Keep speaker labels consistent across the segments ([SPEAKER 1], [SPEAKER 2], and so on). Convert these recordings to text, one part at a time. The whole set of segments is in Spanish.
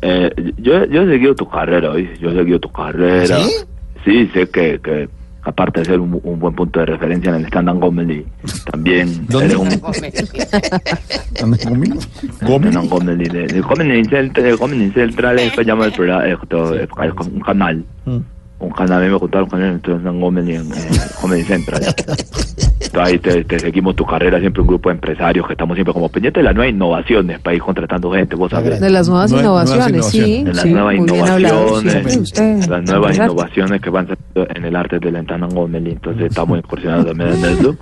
[SPEAKER 1] yo, yo he seguido tu carrera, hoy. Yo he seguido tu carrera.
[SPEAKER 2] ¿Sí?
[SPEAKER 1] Sí, sé que, que aparte de ser un, un buen punto de referencia en el stand-up comedy, también eres un
[SPEAKER 2] ¿Andas conmigo?
[SPEAKER 1] stand-up comedy. de- de Comedy Central, el Comedy Central, esto llama el programa, eh, esto, es un canal. Un canal, a mí me gustaron los canales, entonces stand-up comedy en eh, Comedy Central. Ahí te, te seguimos tu carrera, siempre un grupo de empresarios que estamos siempre como pendientes de las nuevas innovaciones para ir contratando gente, vos sabés.
[SPEAKER 3] De las nuevas
[SPEAKER 2] Nue- nuevas
[SPEAKER 3] innovaciones, sí.
[SPEAKER 1] de las
[SPEAKER 3] sí,
[SPEAKER 1] nuevas
[SPEAKER 3] muy bien hablado,
[SPEAKER 1] innovaciones,
[SPEAKER 3] siempre usted.
[SPEAKER 1] las nuevas
[SPEAKER 3] Exacto.
[SPEAKER 1] innovaciones que van saliendo en el arte del entano Gomeli, entonces estamos incursionando también en eso.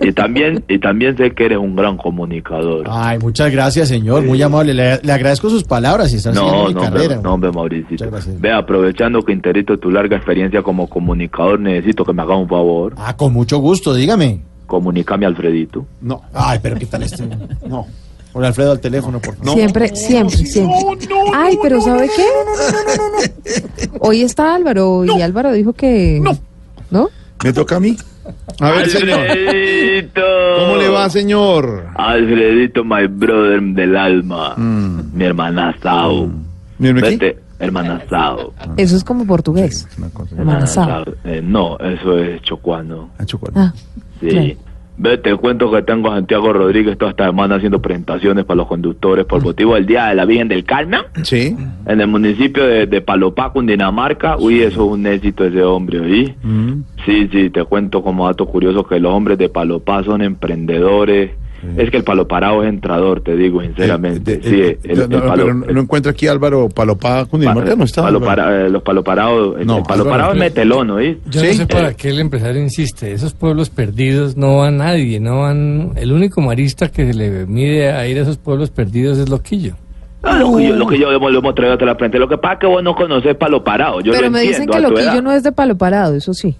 [SPEAKER 1] Y también, y también sé que eres un gran comunicador.
[SPEAKER 2] Ay, muchas gracias, señor. Muy amable. Le, le agradezco sus palabras y estar siguiendo
[SPEAKER 1] No,
[SPEAKER 2] mi
[SPEAKER 1] no, hombre,
[SPEAKER 2] carrera.
[SPEAKER 1] no, hombre, Mauricito.
[SPEAKER 2] Muchas gracias.
[SPEAKER 1] Ve, aprovechando que interito tu larga experiencia como comunicador, necesito que me haga un favor.
[SPEAKER 2] Ah, con mucho gusto, dígame.
[SPEAKER 1] Comunicame a Alfredito.
[SPEAKER 2] No. Ay, pero ¿qué tal este? No. Por Alfredo al teléfono, por favor.
[SPEAKER 3] Siempre, siempre, siempre. Ay, pero ¿sabe qué? Hoy está Álvaro y Álvaro dijo que... No. ¿No?
[SPEAKER 4] ¿Me toca a mí? A ver, señor.
[SPEAKER 1] ¡Alfredito!
[SPEAKER 4] ¿Cómo le va, señor?
[SPEAKER 1] Alfredito, my brother del alma. Mi hermanazao.
[SPEAKER 4] Mírame aquí.
[SPEAKER 1] Vete, hermanazao.
[SPEAKER 4] Ah,
[SPEAKER 3] Eso es como portugués.
[SPEAKER 4] Una cosa.
[SPEAKER 1] Ah,
[SPEAKER 3] Manzao.
[SPEAKER 1] Eh, no, eso es chocuano.
[SPEAKER 4] Ah, chocolate.
[SPEAKER 3] Ah,
[SPEAKER 1] Sí.
[SPEAKER 3] Claro.
[SPEAKER 1] Ve, te cuento que tengo a Santiago Rodríguez toda esta semana haciendo presentaciones para los conductores por motivo del Día de la Virgen del Carmen
[SPEAKER 4] Sí.
[SPEAKER 1] en el municipio de, de Palopá, Cundinamarca. Uy, eso es un éxito ese hombre, ¿oí? Sí, sí, te cuento como dato curioso que los hombres de Palopá son emprendedores. Es que el paloparao es entrador, te digo sinceramente.
[SPEAKER 4] Eh, eh,
[SPEAKER 1] sí,
[SPEAKER 4] eh,
[SPEAKER 1] el- el
[SPEAKER 4] no, no,
[SPEAKER 1] palo-
[SPEAKER 4] pero no, no encuentra aquí a Álvaro Palopá con no está.
[SPEAKER 1] Palo
[SPEAKER 4] Álvaro.
[SPEAKER 1] para- eh, los paloparados, el,
[SPEAKER 4] No,
[SPEAKER 1] el paloparado es
[SPEAKER 4] Álvaro.
[SPEAKER 1] metelón, ¿oí?
[SPEAKER 5] Yo no
[SPEAKER 4] Sí.
[SPEAKER 5] sé para qué el empresario insiste. Esos pueblos perdidos no van nadie, no van. El único marista que se le mide a ir a esos pueblos perdidos es Loquillo.
[SPEAKER 1] Ah, lo que yo, lo que yo lo hemos traído hasta la frente. Lo que pasa es que vos no conocés palo parado. Yo
[SPEAKER 3] pero
[SPEAKER 1] lo
[SPEAKER 3] me dicen
[SPEAKER 1] entiendo
[SPEAKER 3] que
[SPEAKER 1] a tu
[SPEAKER 3] Loquillo
[SPEAKER 1] edad.
[SPEAKER 3] no es de palo parado, eso sí.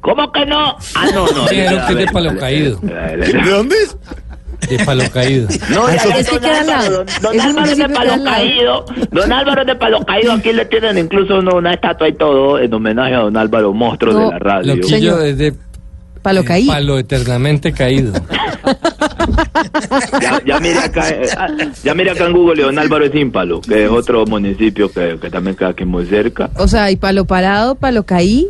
[SPEAKER 1] ¿Cómo que no? Ah, no, no.
[SPEAKER 5] Sí,
[SPEAKER 1] ya,
[SPEAKER 5] es lo
[SPEAKER 1] ya,
[SPEAKER 5] que es de
[SPEAKER 1] ya,
[SPEAKER 5] palo
[SPEAKER 1] ya,
[SPEAKER 5] caído.
[SPEAKER 1] ya, ya, ya.
[SPEAKER 4] ¿De dónde es?
[SPEAKER 5] De palo caído.
[SPEAKER 4] Ah,
[SPEAKER 1] No, ya, ya,
[SPEAKER 3] Es que
[SPEAKER 1] don
[SPEAKER 3] queda al lado.
[SPEAKER 1] Álvaro, don- Don
[SPEAKER 3] Es un
[SPEAKER 1] Álvaro es de
[SPEAKER 3] municipio que queda
[SPEAKER 1] palo
[SPEAKER 3] al lado.
[SPEAKER 1] caído. Don Álvaro es de palo caído. Aquí le tienen incluso uno- una estatua y todo en homenaje a don Álvaro, monstruo
[SPEAKER 3] No,
[SPEAKER 1] de la radio.
[SPEAKER 5] Loquillo
[SPEAKER 3] Señor.
[SPEAKER 5] es de
[SPEAKER 3] Palo
[SPEAKER 5] de
[SPEAKER 3] caído.
[SPEAKER 5] palo eternamente caído.
[SPEAKER 1] Ya, ya mira acá, eh, ah, ya mira acá en Google, don Álvaro es ímpalo, que es otro municipio que, que también queda aquí muy cerca.
[SPEAKER 3] O sea, y palo parado, palo caí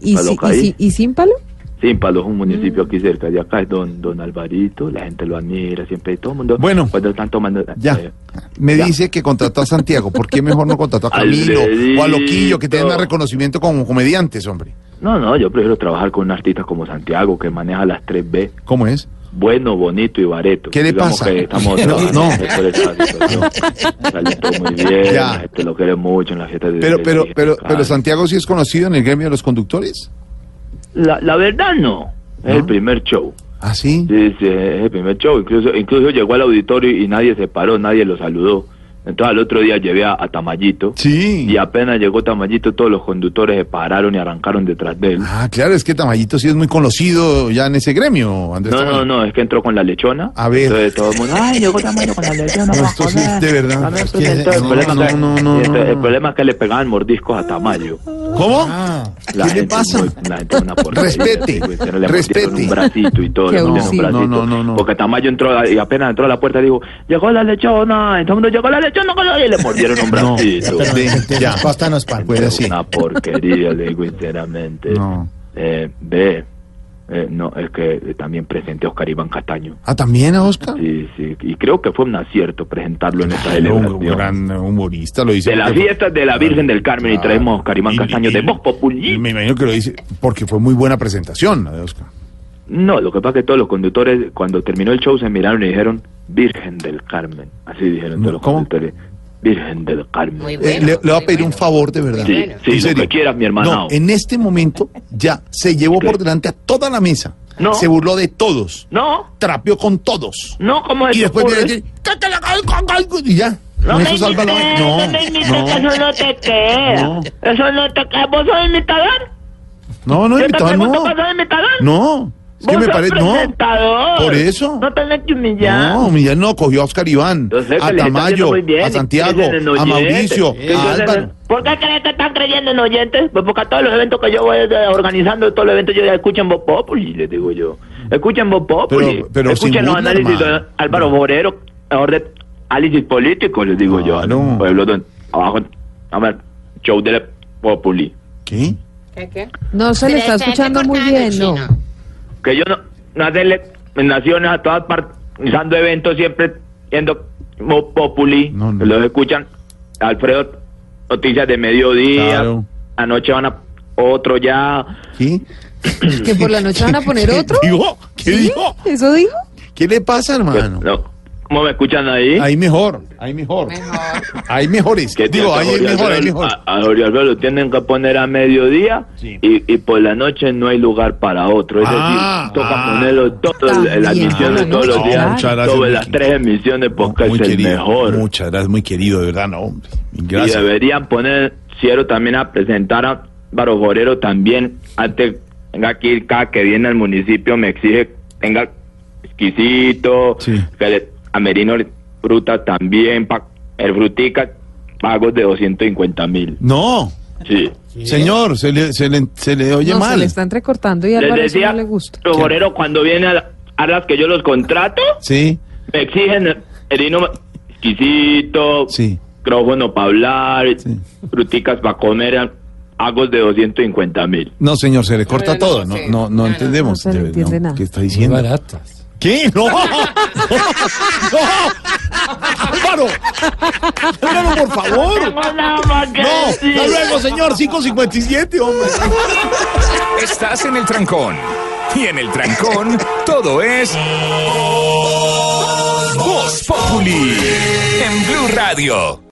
[SPEAKER 3] y,
[SPEAKER 1] Palo
[SPEAKER 3] si- y
[SPEAKER 1] caí.
[SPEAKER 3] si- y sin palo.
[SPEAKER 1] Símpalo es un municipio aquí cerca de acá, es don, don Alvarito, la gente lo admira siempre y todo el mundo.
[SPEAKER 4] Bueno.
[SPEAKER 1] cuando están tomando.
[SPEAKER 4] Ya.
[SPEAKER 1] eh,
[SPEAKER 4] Me
[SPEAKER 1] Ya.
[SPEAKER 4] dice que contrató a Santiago. ¿Por qué mejor no contrató a Camilo o a Loquillo, que tienen más reconocimiento como comediantes, hombre?
[SPEAKER 1] no, no, yo prefiero trabajar con un artista como Santiago, que maneja las 3B.
[SPEAKER 4] ¿Cómo es?
[SPEAKER 1] Bueno, bonito y bareto.
[SPEAKER 4] ¿Qué le
[SPEAKER 1] Digamos
[SPEAKER 4] pasa?
[SPEAKER 1] que estamos
[SPEAKER 4] No,
[SPEAKER 1] trabajando
[SPEAKER 4] no.
[SPEAKER 1] por esa situación. Sale todo muy bien,
[SPEAKER 4] Ya.
[SPEAKER 1] la gente lo quiere mucho en las fiestas de
[SPEAKER 4] Pero,
[SPEAKER 1] de-
[SPEAKER 4] pero,
[SPEAKER 1] de-
[SPEAKER 4] pero,
[SPEAKER 1] de-
[SPEAKER 4] pero Santiago sí es conocido en el gremio de los conductores.
[SPEAKER 1] La, la verdad no, es el primer show.
[SPEAKER 4] Ah, sí.
[SPEAKER 1] Sí, sí, es el primer show. Incluso, incluso llegó al auditorio y nadie se paró, nadie lo saludó. Entonces al otro día llevé a, a Tamayito.
[SPEAKER 4] Sí.
[SPEAKER 1] Y apenas llegó Tamayito, todos los conductores se pararon y arrancaron detrás de él.
[SPEAKER 4] Ah, claro, es que Tamayito sí es muy conocido ya en ese gremio, Andrés.
[SPEAKER 1] No, no,
[SPEAKER 4] Tamayo.
[SPEAKER 1] no, es que entró con la lechona.
[SPEAKER 4] A ver.
[SPEAKER 1] Entonces todo el mundo, ay, llegó Tamayito con la lechona.
[SPEAKER 4] No,
[SPEAKER 1] para
[SPEAKER 4] esto sí
[SPEAKER 1] joder".
[SPEAKER 4] es de verdad.
[SPEAKER 1] Dame
[SPEAKER 4] Es
[SPEAKER 1] su
[SPEAKER 4] que-
[SPEAKER 1] lechona. El
[SPEAKER 4] no,
[SPEAKER 1] problema
[SPEAKER 4] no,
[SPEAKER 1] es que-
[SPEAKER 4] no, no,
[SPEAKER 1] este,
[SPEAKER 4] no.
[SPEAKER 1] El problema es que le pegaban mordiscos a Tamayo.
[SPEAKER 4] ¿Cómo?
[SPEAKER 1] Ah.
[SPEAKER 2] Ah,
[SPEAKER 1] La
[SPEAKER 4] ¿Qué le
[SPEAKER 1] gente
[SPEAKER 4] pasa?
[SPEAKER 1] muy- la gente una porquería,
[SPEAKER 4] Respete,
[SPEAKER 1] sí, güey, se le
[SPEAKER 4] respete.
[SPEAKER 1] mordieron Un bracito y todo.
[SPEAKER 3] Qué
[SPEAKER 1] le mordieron
[SPEAKER 3] abusivo.
[SPEAKER 1] un bracito.
[SPEAKER 4] No, no, no, no.
[SPEAKER 1] Porque Tamayo entró y apenas entró a la puerta dijo, llegó la lechona, y todo el mundo llegó la lechona, y le mordieron un
[SPEAKER 4] No,
[SPEAKER 1] bracito.
[SPEAKER 4] pero-
[SPEAKER 2] De-
[SPEAKER 4] Ya.
[SPEAKER 2] nos Costa nos palo.
[SPEAKER 4] Puede así.
[SPEAKER 1] Una porquería, le digo sinceramente.
[SPEAKER 4] No.
[SPEAKER 1] Eh, ve, eh, no, es que también presenté a Oscar Iván Castaño.
[SPEAKER 4] Ah, también a Oscar.
[SPEAKER 1] Sí, sí, y creo que fue un acierto presentarlo en esta
[SPEAKER 4] Era un
[SPEAKER 1] celebración.
[SPEAKER 4] gran humorista, lo dice.
[SPEAKER 1] De las
[SPEAKER 4] porque-
[SPEAKER 1] fiestas de la Virgen del Carmen y
[SPEAKER 4] Ah,
[SPEAKER 1] traemos a Oscar Iván
[SPEAKER 4] y-
[SPEAKER 1] Castaño
[SPEAKER 4] y-
[SPEAKER 1] de Voz Populi.
[SPEAKER 4] Me imagino que lo dice porque fue muy buena presentación la de Oscar.
[SPEAKER 1] No, lo que pasa es que todos los conductores, cuando terminó el show, se miraron y dijeron, Virgen del Carmen. Así dijeron todos los
[SPEAKER 4] ¿Cómo?
[SPEAKER 1] conductores. Virgen del Carmen.
[SPEAKER 6] Muy
[SPEAKER 4] Eh,
[SPEAKER 6] Bueno,
[SPEAKER 4] le, le voy a
[SPEAKER 6] muy
[SPEAKER 4] pedir un
[SPEAKER 6] bueno.
[SPEAKER 4] favor de verdad.
[SPEAKER 1] Sí,
[SPEAKER 4] En
[SPEAKER 1] sí, lo
[SPEAKER 4] serio.
[SPEAKER 1] que quieras, mi hermano.
[SPEAKER 4] No, en este momento ya se llevó
[SPEAKER 1] ¿Qué?
[SPEAKER 4] por delante a toda la mesa.
[SPEAKER 1] No.
[SPEAKER 4] se burló de todos,
[SPEAKER 1] No,
[SPEAKER 4] trapeó con todos.
[SPEAKER 1] no, como
[SPEAKER 4] Y después viene y dice, "Que te la cal- cal- cal-", y ya.
[SPEAKER 6] No
[SPEAKER 4] Con
[SPEAKER 6] me
[SPEAKER 4] eso salva la-
[SPEAKER 6] imites, no, me imites,
[SPEAKER 4] No,
[SPEAKER 6] que
[SPEAKER 4] no,
[SPEAKER 6] eso no te queda.
[SPEAKER 4] No.
[SPEAKER 6] Eso no te queda. ¿Vos sos imitador?
[SPEAKER 4] no, no,
[SPEAKER 6] Yo te
[SPEAKER 4] invitado,
[SPEAKER 6] pregunto,
[SPEAKER 4] no.
[SPEAKER 6] ¿vos sos imitador?
[SPEAKER 4] No, es
[SPEAKER 6] ¿Vos
[SPEAKER 4] que me
[SPEAKER 6] sos
[SPEAKER 4] parece, no.
[SPEAKER 6] presentador?
[SPEAKER 4] por eso.
[SPEAKER 6] No tenés que humillar.
[SPEAKER 4] No, Millán no, cogió a Oscar Iván,
[SPEAKER 1] Yo sé que
[SPEAKER 4] a
[SPEAKER 1] le está
[SPEAKER 4] Tamayo,
[SPEAKER 1] haciendo muy bien,
[SPEAKER 4] a Santiago,
[SPEAKER 1] que dicen en
[SPEAKER 4] a Mauricio,
[SPEAKER 1] oyentes.
[SPEAKER 4] a
[SPEAKER 1] Entonces,
[SPEAKER 4] Álvaro.
[SPEAKER 6] ¿Por qué crees que están creyendo en oyentes? Pues porque a todos los eventos que yo voy eh, organizando, todos los eventos yo ya escuchan Voz Populi, les digo yo. Escuchen Voz Populi.
[SPEAKER 4] Pero- pero sin
[SPEAKER 1] Escuchen los
[SPEAKER 4] burla,
[SPEAKER 1] análisis de
[SPEAKER 4] hermano.
[SPEAKER 1] Álvaro Borero, ahora de análisis político, les digo yo.
[SPEAKER 4] Claro.
[SPEAKER 1] Pueblo de abajo, a ver, show de Populi.
[SPEAKER 4] ¿Qué?
[SPEAKER 3] No se le está escuchando muy bien, no.
[SPEAKER 1] Que yo no, no hacerle naciones a todas partes, organizando eventos siempre siendo Voz Populi.
[SPEAKER 4] No, no.
[SPEAKER 1] que Los escuchan Alfredo, noticias de mediodía.
[SPEAKER 4] Claro.
[SPEAKER 1] Anoche van a otro ya.
[SPEAKER 4] ¿Qué?
[SPEAKER 3] Que por la noche van a poner
[SPEAKER 4] ¿Qué
[SPEAKER 3] otro.
[SPEAKER 4] dijo? ¿Qué
[SPEAKER 3] ¿Sí?
[SPEAKER 4] dijo?
[SPEAKER 3] ¿Eso dijo?
[SPEAKER 4] ¿Qué le pasa, hermano?
[SPEAKER 1] No. ¿Cómo me escuchan ahí?
[SPEAKER 4] Hay mejor, hay mejor. Hay mejores.
[SPEAKER 1] Que
[SPEAKER 4] Digo,
[SPEAKER 1] a
[SPEAKER 4] hay
[SPEAKER 1] Jorge
[SPEAKER 4] mejor, hay
[SPEAKER 1] Alfredo-
[SPEAKER 4] mejor.
[SPEAKER 1] A, a Jorge Alfredo lo tienen que poner a mediodía
[SPEAKER 4] Sí.
[SPEAKER 1] y, y por la noche no hay lugar para otro. Es
[SPEAKER 4] Ah,
[SPEAKER 1] decir, toca
[SPEAKER 4] ah.
[SPEAKER 1] ponerlo todo,
[SPEAKER 3] También,
[SPEAKER 1] la emisión de
[SPEAKER 3] ah,
[SPEAKER 1] todos los
[SPEAKER 3] no,
[SPEAKER 1] días,
[SPEAKER 4] muchas gracias,
[SPEAKER 1] sobre las
[SPEAKER 4] Miki.
[SPEAKER 1] tres emisiones, porque es el mejor.
[SPEAKER 4] Muchas gracias, muy querido, de verdad, no, hombre.
[SPEAKER 1] Y
[SPEAKER 4] Gracias.
[SPEAKER 1] deberían poner Ciero también a presentar a Baro Borero también. Antes tenga que ir cada que viene al municipio, me exige tenga exquisito,
[SPEAKER 4] Sí.
[SPEAKER 1] que le, a Merino le- fruta también, pa, el frutica, pagos de 250 mil.
[SPEAKER 4] No,
[SPEAKER 1] Sí.
[SPEAKER 4] señor, se le, se le, se le oye
[SPEAKER 3] no, se
[SPEAKER 4] mal.
[SPEAKER 3] le está entrecortando y a
[SPEAKER 1] Les
[SPEAKER 3] Álvaro eso
[SPEAKER 1] decía,
[SPEAKER 3] no le gusta.
[SPEAKER 1] Baro Borero cuando viene a, la- a las que yo los contrato,
[SPEAKER 4] Sí,
[SPEAKER 1] me exigen Merino exquisito,
[SPEAKER 4] sí.
[SPEAKER 1] micrófono para hablar,
[SPEAKER 4] Sí.
[SPEAKER 1] fruticas para comer, agos de 250 mil.
[SPEAKER 4] No, señor, se le corta todo. No, no, no, entendemos.
[SPEAKER 3] no se le
[SPEAKER 4] de-
[SPEAKER 3] entiende nada.
[SPEAKER 4] ¿Qué está
[SPEAKER 5] Muy
[SPEAKER 4] diciendo?
[SPEAKER 5] baratas.
[SPEAKER 4] ¿Qué? ¡No! ¡No! ¡Álvaro! ¡Álvaro, por favor!
[SPEAKER 6] Tengo nada más que
[SPEAKER 4] ¡No! ¡Hasta
[SPEAKER 6] decir.
[SPEAKER 4] luego, señor! ¡5.57, hombre!
[SPEAKER 7] Estás en el trancón. Y en el trancón, todo es. Voz Populi. En Blue Radio.